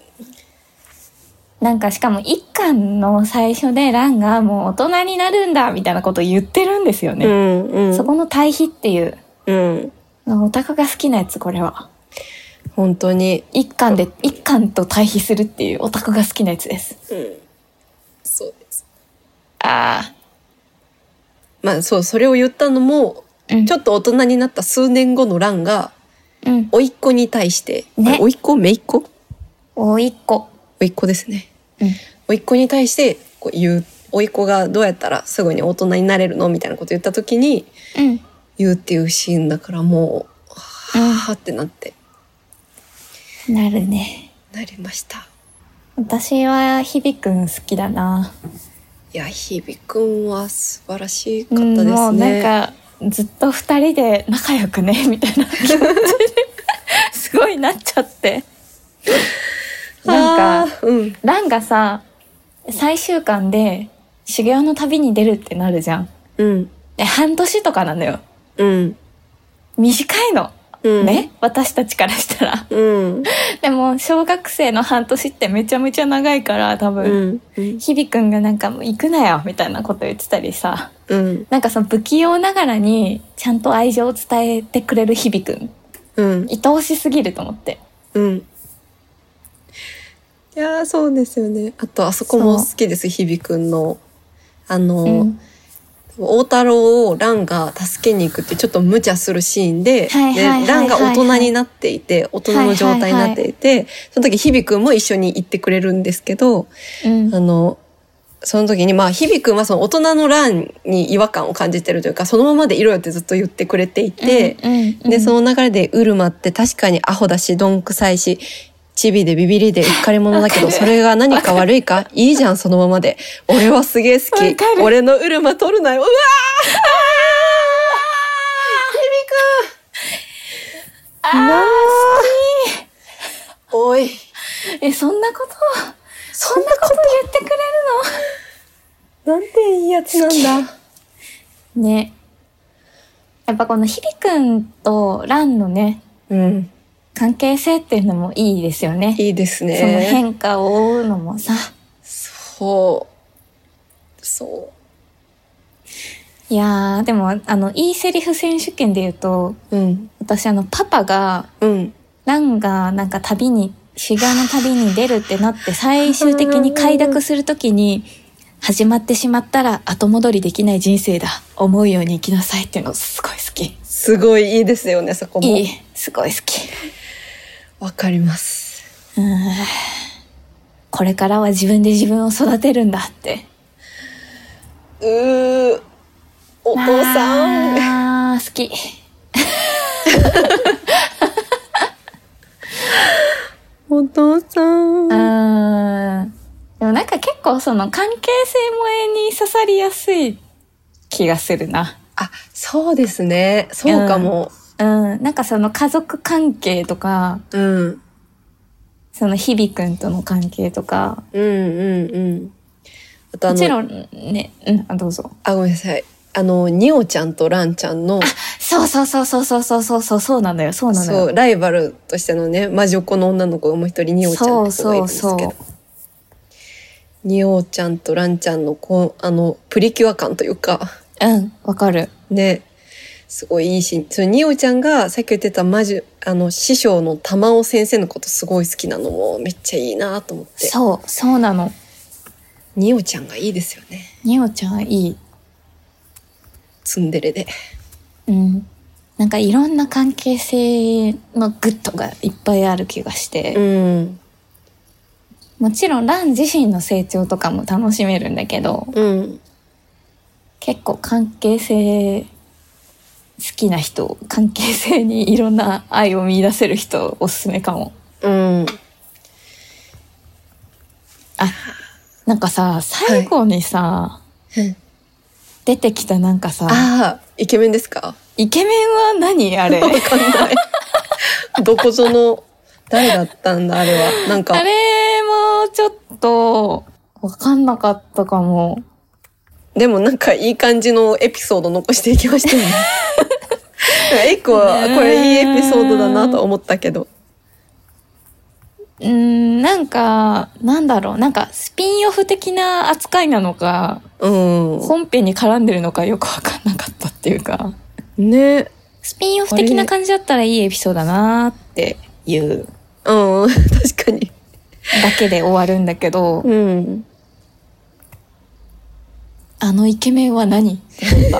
Speaker 1: なんかしかも一巻の最初でランがもう大人になるんだみたいなことを言ってるんですよ
Speaker 2: う
Speaker 1: ね、
Speaker 2: んうん
Speaker 1: そこの対比っていう
Speaker 2: うん
Speaker 1: オタクが好きなやつこれは
Speaker 2: 本当に、
Speaker 1: 一巻で一巻と対比するっていうオタクが好きなやつです
Speaker 2: そうです
Speaker 1: あ
Speaker 2: まあそうそれを言ったのも、
Speaker 1: あ、うん、
Speaker 2: ちょっと大人になった数年後のランが
Speaker 1: うん、
Speaker 2: 甥っ子に対して、
Speaker 1: ね
Speaker 2: 甥っ子姪っ子
Speaker 1: おいっ子
Speaker 2: 甥っ子ですね
Speaker 1: うん
Speaker 2: 甥っ子に対してこう言う甥っ子がどうやったらすぐに大人になれるのみたいなこと言った時に
Speaker 1: うん
Speaker 2: 言うっていうシーンだからもうはーってなって
Speaker 1: なるね
Speaker 2: なりました
Speaker 1: 私はひびくん好きだない
Speaker 2: やひびくんは素晴らしか
Speaker 1: う
Speaker 2: ったですね、
Speaker 1: んもうなんかずっと二人で仲良くねみたいな気持ちにすごいなっちゃってなんか
Speaker 2: かうん
Speaker 1: ランがさ最終巻で修行の旅に出るってなるじゃん
Speaker 2: うん
Speaker 1: で半年とかなのよ
Speaker 2: うん
Speaker 1: 短いの
Speaker 2: うん
Speaker 1: ね、私たちからしたら
Speaker 2: うん
Speaker 1: でも小学生の半年ってめちゃめちゃ長いから多
Speaker 2: う
Speaker 1: 分、
Speaker 2: んうん
Speaker 1: 日々くんがなんかもう行くなよみたいなこと言ってたりさ
Speaker 2: うん
Speaker 1: なんかその不器用ながらにちゃんと愛情を伝えてくれる日々くん
Speaker 2: うん
Speaker 1: 愛おしすぎると思って
Speaker 2: うんいやーそうですよねあとあそこも好きですひびくんのあの、
Speaker 1: うん
Speaker 2: 大太郎をランが助けに行くってちょっと無茶するシーンで、
Speaker 1: はいはいはいはい
Speaker 2: でランが大人になっていて大人の状態になっていて、その時ひびくんも一緒に行ってくれるんですけど、
Speaker 1: うん
Speaker 2: あの、その時に、まあ、響くんはその大人の欄に違和感を感じてるというか、そのままでいろよってずっと言ってくれていて、で、その流れで、ウルマって確かにアホだし、どんくさいし、チビでビビりでうっかり者だけど、
Speaker 1: わかる
Speaker 2: それが何か悪いかいいじゃん、そのままで。俺はすげえ好
Speaker 1: わか
Speaker 2: き。
Speaker 1: る
Speaker 2: 俺のウルマ取るなよ。うわ
Speaker 1: ああ
Speaker 2: ーおい。
Speaker 1: えそんなこと
Speaker 2: そんな
Speaker 1: こと言ってくれる
Speaker 2: なんていいやつなんだ。
Speaker 1: のねやっぱこの日々くんとランのね
Speaker 2: うん。
Speaker 1: 関係性っていうのもいいですよね
Speaker 2: いいですね。
Speaker 1: その変化を追うのもさ
Speaker 2: そう。そ
Speaker 1: いやーでもあのいいセリフ選手権で言うと
Speaker 2: う。うん。
Speaker 1: 私あのパパが
Speaker 2: うん。
Speaker 1: ランがなんか旅に修行の旅に出るってなって最終的に快諾するときに始まってしまったら後戻りできない人生だ思うように生きなさいっていうのすごい好き
Speaker 2: すごいいいですよね、そこも。
Speaker 1: いいすごい好き
Speaker 2: わかります。
Speaker 1: うーんこれからは自分で自分を育てるんだって
Speaker 2: うー、お
Speaker 1: お
Speaker 2: 父さん。
Speaker 1: んあー好き
Speaker 2: お父さ
Speaker 1: うー
Speaker 2: ん。
Speaker 1: んでもなんか結構その関係性萌えに刺さりやすい気がするな
Speaker 2: あ、そうですね。そうかも。
Speaker 1: うん、なんかその家族関係とか、
Speaker 2: うん。
Speaker 1: その日々くんとの関係とか、
Speaker 2: うんうんうん。あとあ
Speaker 1: もち
Speaker 2: の、
Speaker 1: ろんね、うん、あどうぞ。
Speaker 2: あ、ごめんなさい。あの、ニオちゃんとランちゃんの、
Speaker 1: そうそうそうそうそうそうそうそうそうなのよ、そうなの
Speaker 2: そ
Speaker 1: よ。
Speaker 2: う、ライバルとしてのね、魔女っ子の女の子がもう一人ニオちゃんって子がいるんですけ
Speaker 1: そうそう
Speaker 2: ど。ニオちゃんとランちゃんのこう、あの、プリキュア感というか、
Speaker 1: うん、わかる。
Speaker 2: ねすごいいいし、それ、におちゃんがさっき言ってた魔女、あの、師匠の玉尾先生のことすごい好きなのもめっちゃいいなと思って。
Speaker 1: そう、そうなの。
Speaker 2: におちゃんがいいですよね。
Speaker 1: におちゃんいい。
Speaker 2: ツンデレで。
Speaker 1: うん。なんかいろんな関係性のグッドがいっぱいある気がして。
Speaker 2: うん。
Speaker 1: もちろんラン自身の成長とかも楽しめるんだけど
Speaker 2: うん。
Speaker 1: 結構関係性好きな人関係性にいろんな愛を見出せる人おすすめかも
Speaker 2: うん。
Speaker 1: なんかさ最後にさ、
Speaker 2: うん
Speaker 1: 出てきたなんかさ
Speaker 2: ああ、イケメンですか
Speaker 1: イケメンは何あれ
Speaker 2: わかん ない。どこぞの、誰だったんだ、あれは。なんか
Speaker 1: あ、れもちょっとわかんなかったかも
Speaker 2: でもなんかいい感じのエピソード残していきましたよ ね。エイクは、
Speaker 1: ねえ
Speaker 2: これいいエピソードだなと思ったけど。
Speaker 1: うーんなんかなんだろうなんかスピンオフ的な扱いなのか
Speaker 2: うん。
Speaker 1: 本編に絡んでるのかよくわかんなかったっていうか
Speaker 2: ね。
Speaker 1: スピンオフ的な感じだったらいいエピソードだなーっていう
Speaker 2: うん、 確かに。
Speaker 1: だけで終わるんだけど、
Speaker 2: うん。
Speaker 1: あのイケメンは何 って思った。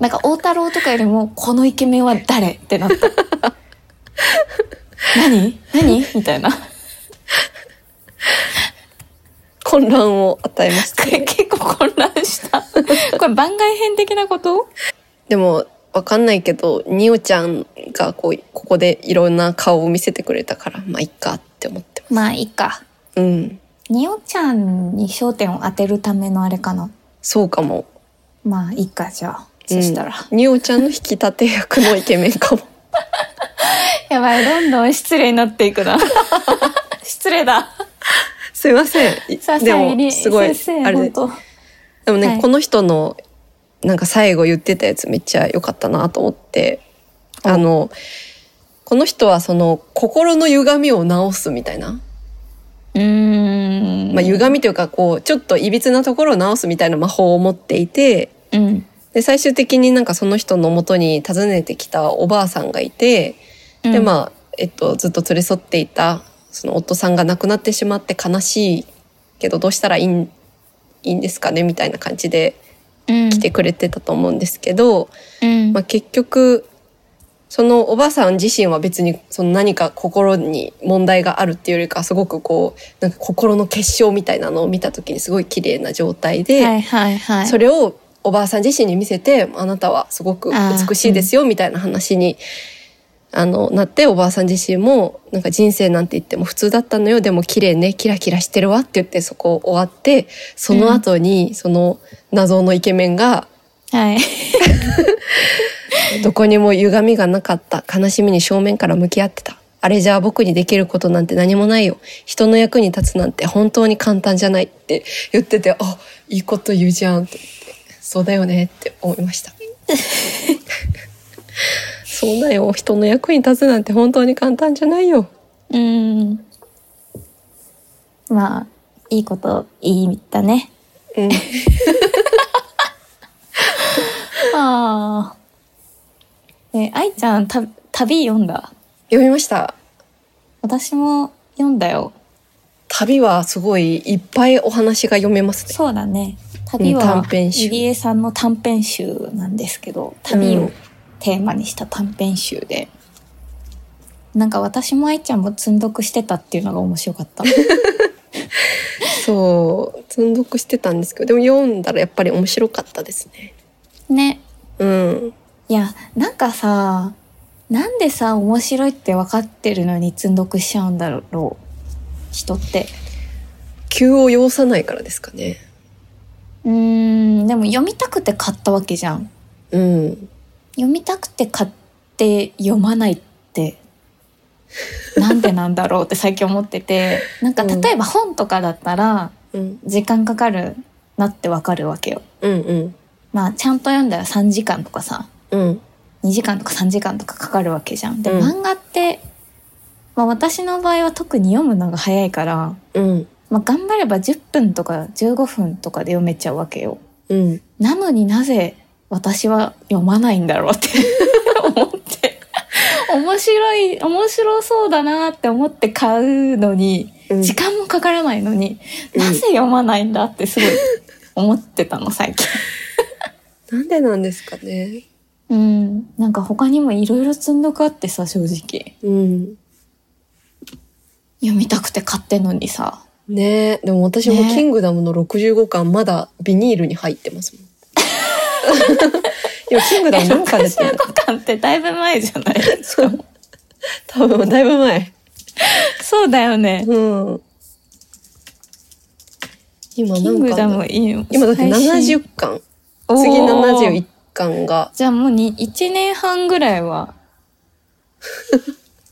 Speaker 1: なんか大太郎とかよりもこのイケメンは誰ってなった。 何何みたいな。
Speaker 2: 混乱を与えまし た。
Speaker 1: 結構混乱した。これ番外編的なこと
Speaker 2: でも、わかんないけど、におちゃんがこう、ここでいろんな顔を見せてくれたから、まあ、いっかって思ってま
Speaker 1: まあいいか。
Speaker 2: す。うん。
Speaker 1: におちゃんに焦点を当てるためのあれかな。
Speaker 2: そうかも。
Speaker 1: まあいいか、じゃあ。そしたら。
Speaker 2: うんにおちゃんの引き立て役のイケメンかも。
Speaker 1: やばい、どんどん失礼になっていくな。 失礼だ。
Speaker 2: すいません。い
Speaker 1: さあ、
Speaker 2: で
Speaker 1: さゆ
Speaker 2: も、
Speaker 1: り
Speaker 2: すごい、
Speaker 1: 先生、
Speaker 2: あれ
Speaker 1: 本
Speaker 2: で。
Speaker 1: 当
Speaker 2: でもね、
Speaker 1: はい
Speaker 2: この人の、なんか最後言ってたやつめっちゃ良かったなと思って、あの、この人はその、心の歪みを直すみたいな。
Speaker 1: うーん。
Speaker 2: まあ、歪みというか、こう、ちょっといびつなところを直すみたいな魔法を持っていて、
Speaker 1: うん。
Speaker 2: で、最終的になんかその人の元に訪ねてきたおばあさんがいて、で、
Speaker 1: あ、
Speaker 2: まあ、えっと、ずっと連れ添っていた、その夫さんが亡くなってしまって悲しいけど、どうしたらいいん、いいんですかねみたいな感じで
Speaker 1: うん、
Speaker 2: 来てくれてたと思うんですけど、
Speaker 1: うん。
Speaker 2: まあ、結局、そのおばあさん自身は別にその何か心に問題があるっていうよりか、すごくこう、なんか心の結晶みたいなのを見た時にすごい綺麗な状態で、
Speaker 1: はいはいはい。
Speaker 2: それをおばあさん自身に見せて、あなたはすごく美しいですよ、みたいな話に、あの、なって、おばあさん自身も、なんか人生なんて言っても普通だったのよ、でも綺麗ね、キラキラしてるわって言ってそこ終わって、その後に、その謎のイケメンが、
Speaker 1: はい。
Speaker 2: どこにも歪みがなかった、悲しみに正面から向き合ってた。あれじゃあ僕にできることなんて何もないよ。人の役に立つなんて本当に簡単じゃないって言ってて、あ、いいこと言うじゃんと思って、そうだよねって思いま した。そうだよ。人の役に立つなんて本当に簡単じゃないよ。
Speaker 1: うん。まあ、いいこと、いいだね。
Speaker 2: うん。
Speaker 1: ああ。え、愛ちゃん、た、旅読んだ
Speaker 2: 読みました。
Speaker 1: 私も読んだよ。
Speaker 2: 旅はすごいいっぱいお話が読めますね。
Speaker 1: そうだね。旅
Speaker 2: うん短
Speaker 1: は、
Speaker 2: 編集
Speaker 1: 入江さんの短編集なんですけど、旅
Speaker 2: う
Speaker 1: を
Speaker 2: ん
Speaker 1: テーマにした短編集で。なんか私も愛ちゃんも積んどくしてたっていうのが面白か った。
Speaker 2: そう。積んどくしてたんですけど、でも読んだらやっぱり面白かったですね。
Speaker 1: ね。
Speaker 2: うん。
Speaker 1: いや、なんかさ、なんでさ、面白いって分かってるのに積んどくしちゃうんだろう。人って。
Speaker 2: 急を要さないからですかね。
Speaker 1: うーん、でも読みたくて買ったわけじゃん。
Speaker 2: うん。
Speaker 1: 読みたくて買って読まないってなんでなんだろうって最近思って てなんか
Speaker 2: うん
Speaker 1: 例えば本とかだったら
Speaker 2: うん。
Speaker 1: 時間かかるなってわかるわけよ。
Speaker 2: うんうん。
Speaker 1: まあちゃんと読んだら3時間とかさ
Speaker 2: うん。
Speaker 1: 2時間とか3時間とかかかるわけじゃん。で
Speaker 2: うん
Speaker 1: 漫画って、まあ、私の場合は特に読むのが早いから、
Speaker 2: うん。
Speaker 1: まあ、頑張れば10分とか15分とかで読めちゃうわけよ。
Speaker 2: うん。
Speaker 1: なのになぜ私は読まないんだろうって 思って面白い面白そうだなって思って買うのに
Speaker 2: うん
Speaker 1: 時間もかからないのに、
Speaker 2: うん
Speaker 1: なぜ読まないんだってすごい 思ってたの最近。
Speaker 2: なんでなんですかね。
Speaker 1: うん、なんか他にもいろいろ積んどくあってさ正直
Speaker 2: うん。
Speaker 1: 読みたくて買ってんのにさ
Speaker 2: ねえ、でも私も
Speaker 1: ねえ
Speaker 2: キングダムの65巻まだビニールに入ってます もん。いや、キングダム何巻出てる
Speaker 1: 65巻ってだいぶ前じゃない
Speaker 2: そう。多分、だいぶ前。
Speaker 1: そうだよね
Speaker 2: うん。今
Speaker 1: キ
Speaker 2: 何
Speaker 1: ング
Speaker 2: 巻
Speaker 1: ダ
Speaker 2: だ
Speaker 1: ムいいよ
Speaker 2: 今だって
Speaker 1: 最新
Speaker 2: 70巻。次
Speaker 1: おー
Speaker 2: 71巻が。
Speaker 1: じゃあもうに1年半ぐらい は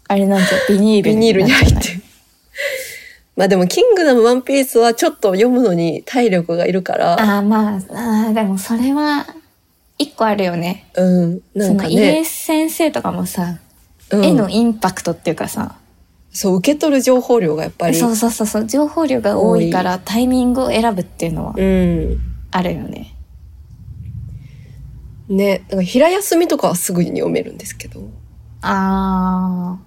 Speaker 1: あれなんじゃビニール
Speaker 2: ビニールに
Speaker 1: なっ
Speaker 2: 入
Speaker 1: て
Speaker 2: っ
Speaker 1: ない
Speaker 2: てる。まあでも、キングダムワンピースはちょっと読むのに体力がいるから、
Speaker 1: ああまああーでもそれは一個あるよね
Speaker 2: うん、な
Speaker 1: そ
Speaker 2: ん
Speaker 1: の
Speaker 2: か
Speaker 1: イエ
Speaker 2: ね、
Speaker 1: ス先生とかもさ、
Speaker 2: うん
Speaker 1: 絵のインパクトっていうかさ
Speaker 2: そう、受け取る情報量がやっぱり、
Speaker 1: そうそうそうそう情報量が多いからタイミングを選ぶっていうのは
Speaker 2: うん。
Speaker 1: あるよね、
Speaker 2: ね、なんか平休みとかはすぐに読めるんですけど、
Speaker 1: あ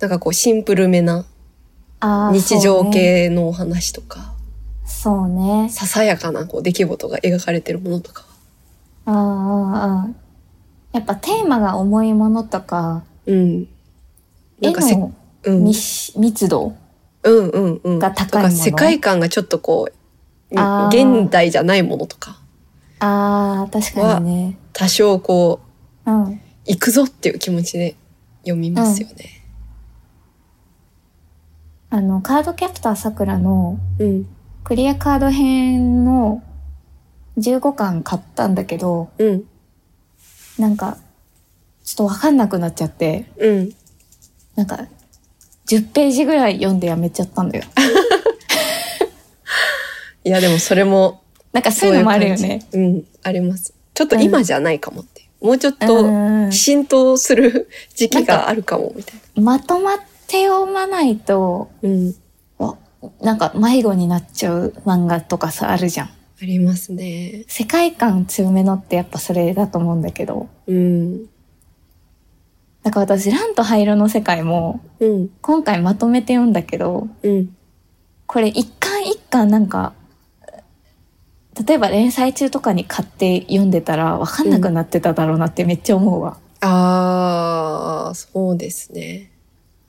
Speaker 2: なんかこうシンプルめな
Speaker 1: ーあー
Speaker 2: 日常系のお話とか、
Speaker 1: そうねそうね
Speaker 2: ささやかなこう出来事が描かれてるものとかは。
Speaker 1: あーあーあーやっぱテーマが重いものとか
Speaker 2: うん。な
Speaker 1: 絵
Speaker 2: んかせ、
Speaker 1: の
Speaker 2: うん、うん
Speaker 1: 密密度
Speaker 2: うんうん。
Speaker 1: が高いもの
Speaker 2: とか世界観がちょっとこう、
Speaker 1: あー
Speaker 2: 現代じゃないものとか、
Speaker 1: あー確かにね
Speaker 2: 多少こう、
Speaker 1: うん
Speaker 2: 行くぞっていう気持ちで読みますよね。
Speaker 1: あのカードキャプターさくらの
Speaker 2: うん。
Speaker 1: クリアカード編の15巻買ったんだけど
Speaker 2: うん。
Speaker 1: なんかちょっとわかんなくなっちゃって
Speaker 2: うん。
Speaker 1: なんか10ページぐらい読んでやめちゃったんだよ
Speaker 2: いや、でもそれも、
Speaker 1: なんかそういうのもあるよね
Speaker 2: そういう感じ。うん、あります。ちょっと今じゃないかもっていう。もうちょっと、
Speaker 1: うん
Speaker 2: 浸透する時期があるかもみたい
Speaker 1: まとまって読まないと
Speaker 2: な。うん。
Speaker 1: なんか迷子になっちゃう漫画とかさあるじゃん
Speaker 2: ありますね。
Speaker 1: 世界観強めのってやっぱそれだと思うんだけど
Speaker 2: うん。
Speaker 1: だから私「ランと灰色の世界」も
Speaker 2: うん。
Speaker 1: 今回まとめて読んだけど
Speaker 2: うん。
Speaker 1: これ一巻一巻なんか例えば連載中とかに買って読んでたら分かんなくなってただろうなってめっちゃ思うわ、
Speaker 2: ああ、そうですね。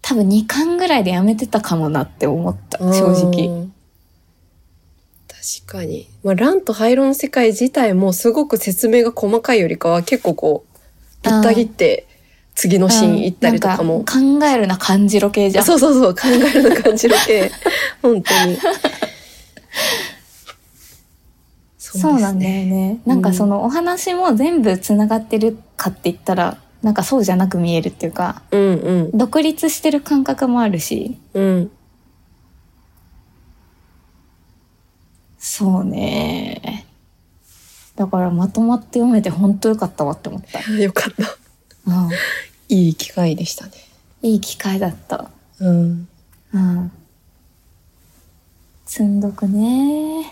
Speaker 1: 多分2巻ぐらいでやめてたかもなって思った正直
Speaker 2: うん。確かに。まあ、ランとハイロの世界自体もすごく説明が細かいよりかは結構こう、ぶった切って次のシーン行ったりとか
Speaker 1: うん
Speaker 2: も。
Speaker 1: なんか考えるな感じろ系じゃん
Speaker 2: そうそうそう、考えるの感じる 系。本当に。そう
Speaker 1: そう
Speaker 2: です
Speaker 1: なんだよね。
Speaker 2: うん
Speaker 1: なんかそのお話も全部つながってるかって言ったら、なんかそうじゃなく見えるっていうか、
Speaker 2: うんうん。
Speaker 1: 独立してる感覚もあるし、
Speaker 2: うん。
Speaker 1: そうね。だからまとまって読めて本当よかったわって思った。
Speaker 2: あよかった。
Speaker 1: うん。
Speaker 2: いい機会でしたね。
Speaker 1: いい機会だった。
Speaker 2: うん。
Speaker 1: うん。積んどくね。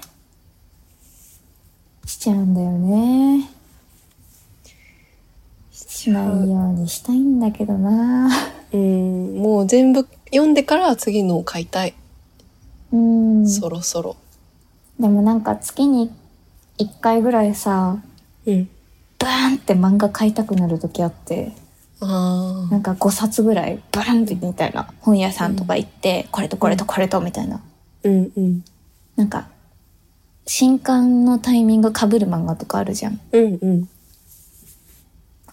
Speaker 1: しちゃうんだよね。しないようにしたいんだけどな。
Speaker 2: うん、もう全部読んでから次のを買いたい。
Speaker 1: うん。
Speaker 2: そろそろ。
Speaker 1: でもなんか月に1回ぐらいさ
Speaker 2: うん。
Speaker 1: バーンって漫画買いたくなる時あって
Speaker 2: あ
Speaker 1: なんか5冊ぐらいバーンってみたいな本屋さんとか行って、これとこれとこれとみたいな
Speaker 2: あ。うんうん。
Speaker 1: なんか新刊のタイミングかぶる漫画とかあるじゃん
Speaker 2: うんうん。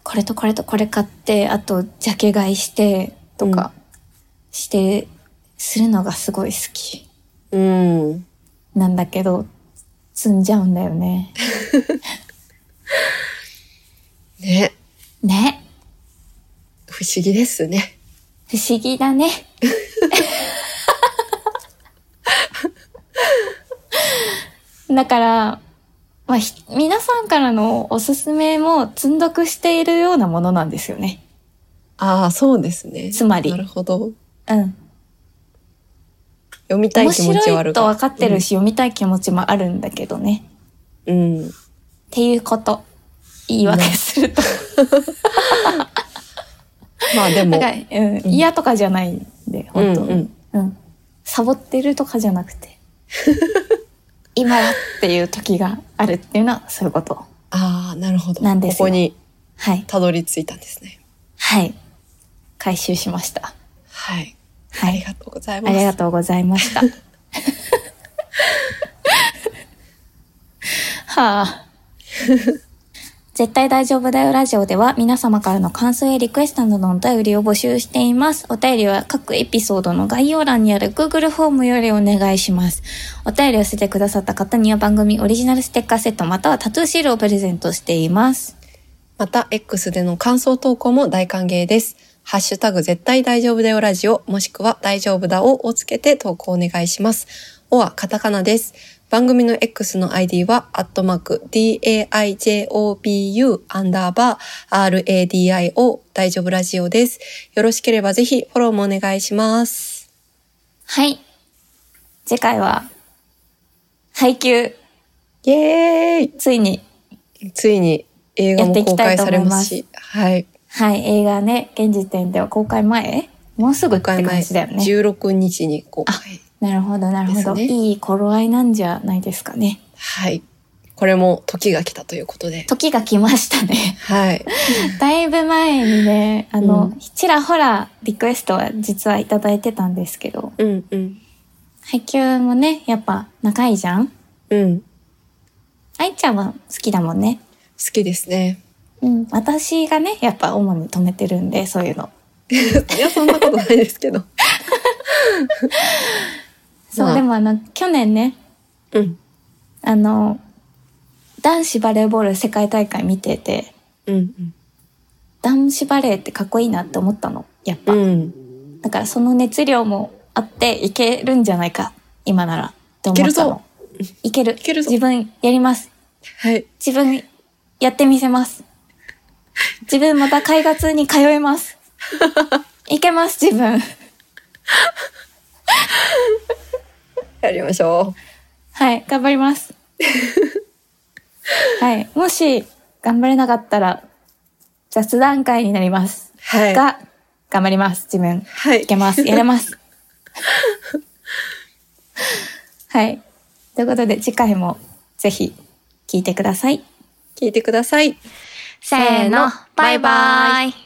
Speaker 1: これとこれとこれ買ってあとジャケ買いしてとかして、するのがすごい好き
Speaker 2: うん。
Speaker 1: なんだけど積んじゃうんだよね
Speaker 2: ね。
Speaker 1: ね
Speaker 2: 不思議ですね。
Speaker 1: 不思議だね。 だから、まあ、ひ皆さんからのおすすめも積んどくしているようなものなんですよね。
Speaker 2: ああ、そうですね。
Speaker 1: つまり
Speaker 2: なるほど。
Speaker 1: うん。
Speaker 2: 読みたい
Speaker 1: 面
Speaker 2: 気持
Speaker 1: 白
Speaker 2: ちはある
Speaker 1: いと分かってる
Speaker 2: し。
Speaker 1: し、読みたい気持ちもあるんだけどね。
Speaker 2: うん。
Speaker 1: っていうこと。言い訳すると。
Speaker 2: まあで
Speaker 1: なん、
Speaker 2: も
Speaker 1: か、うん、嫌とかじゃないんで、
Speaker 2: うん
Speaker 1: 本当
Speaker 2: うん
Speaker 1: うん。サボってるとかじゃなく て、今だっていう時があるっていうのはそういうこと。
Speaker 2: ああなるほど
Speaker 1: なんです
Speaker 2: こ
Speaker 1: よ
Speaker 2: こに
Speaker 1: はい。
Speaker 2: たどり着いたんですね
Speaker 1: はい。回収しました。
Speaker 2: はい
Speaker 1: は
Speaker 2: あり
Speaker 1: い。
Speaker 2: がとうございま
Speaker 1: あ
Speaker 2: す
Speaker 1: りがとうございました。 はあ。絶対大丈夫だよラジオでは皆様からの感想やリクエストなどのお便りを募集しています。お便りは各エピソードの概要欄にある Google フォームよりお願いします。お便りを捨ててくださった方には番組オリジナルステッカーセットまたはタトゥーシールをプレゼントしています。
Speaker 2: また X での感想投稿も大歓迎ですハッシュタグ絶対大丈夫だよラジオもしくは大丈夫だををつけて投稿お願いしますおはカタカナです番組の X の ID は、アットマーク、daijobu、アンダーバー、radio、大丈夫ラジオです。よろしければぜひフォローもお願いします。
Speaker 1: はい。次回は、配給、
Speaker 2: イエーイ
Speaker 1: ついに
Speaker 2: ついに映画も公開されますし、はい。
Speaker 1: はい、映画ね、現時点では公開前もうすぐっ
Speaker 2: 公
Speaker 1: て
Speaker 2: 開前
Speaker 1: 感じだよね。
Speaker 2: 16日に公開。
Speaker 1: なるほど、なるほど。
Speaker 2: ですね
Speaker 1: いい頃合いなんじゃないですかね。
Speaker 2: はい。これも時が来たということで。
Speaker 1: 時が来ました ね。
Speaker 2: はい。
Speaker 1: だいぶ前にね、あの、
Speaker 2: うん
Speaker 1: ちらほらリクエストは実はいただいてたんですけど、
Speaker 2: うんうん。
Speaker 1: 配給もね、やっぱ長いじゃん
Speaker 2: うん。好
Speaker 1: 愛ちゃんは好きだもんね。
Speaker 2: きですね。
Speaker 1: うん、私がね、やっぱ主に止めてるんで、そういうの。
Speaker 2: いや、そんなことないですけど。
Speaker 1: そう、
Speaker 2: まあ
Speaker 1: でもあの、去年ね、
Speaker 2: うん。
Speaker 1: あの、男子バレーボール世界大会見てて、
Speaker 2: うんうん。
Speaker 1: 男子バレーってかっこいいなって思ったのやっぱ、
Speaker 2: うん。
Speaker 1: だからその熱量もあっていけるんじゃないか今ならって思ったのいけるい
Speaker 2: いけるぞ
Speaker 1: 自分やります
Speaker 2: はい。
Speaker 1: 自分やってみせます自分また海月に通えます いけます自分
Speaker 2: やりましょ
Speaker 1: はい頑張ります はいもし頑張れなかったら雑談会になります
Speaker 2: う。はい。
Speaker 1: が、頑張ります自分
Speaker 2: はい
Speaker 1: いけます。や れます。はい。ということで、次回もぜひ聞いてください。
Speaker 2: 聞いてください。
Speaker 3: せ
Speaker 1: せ
Speaker 3: ーの、バイバイ。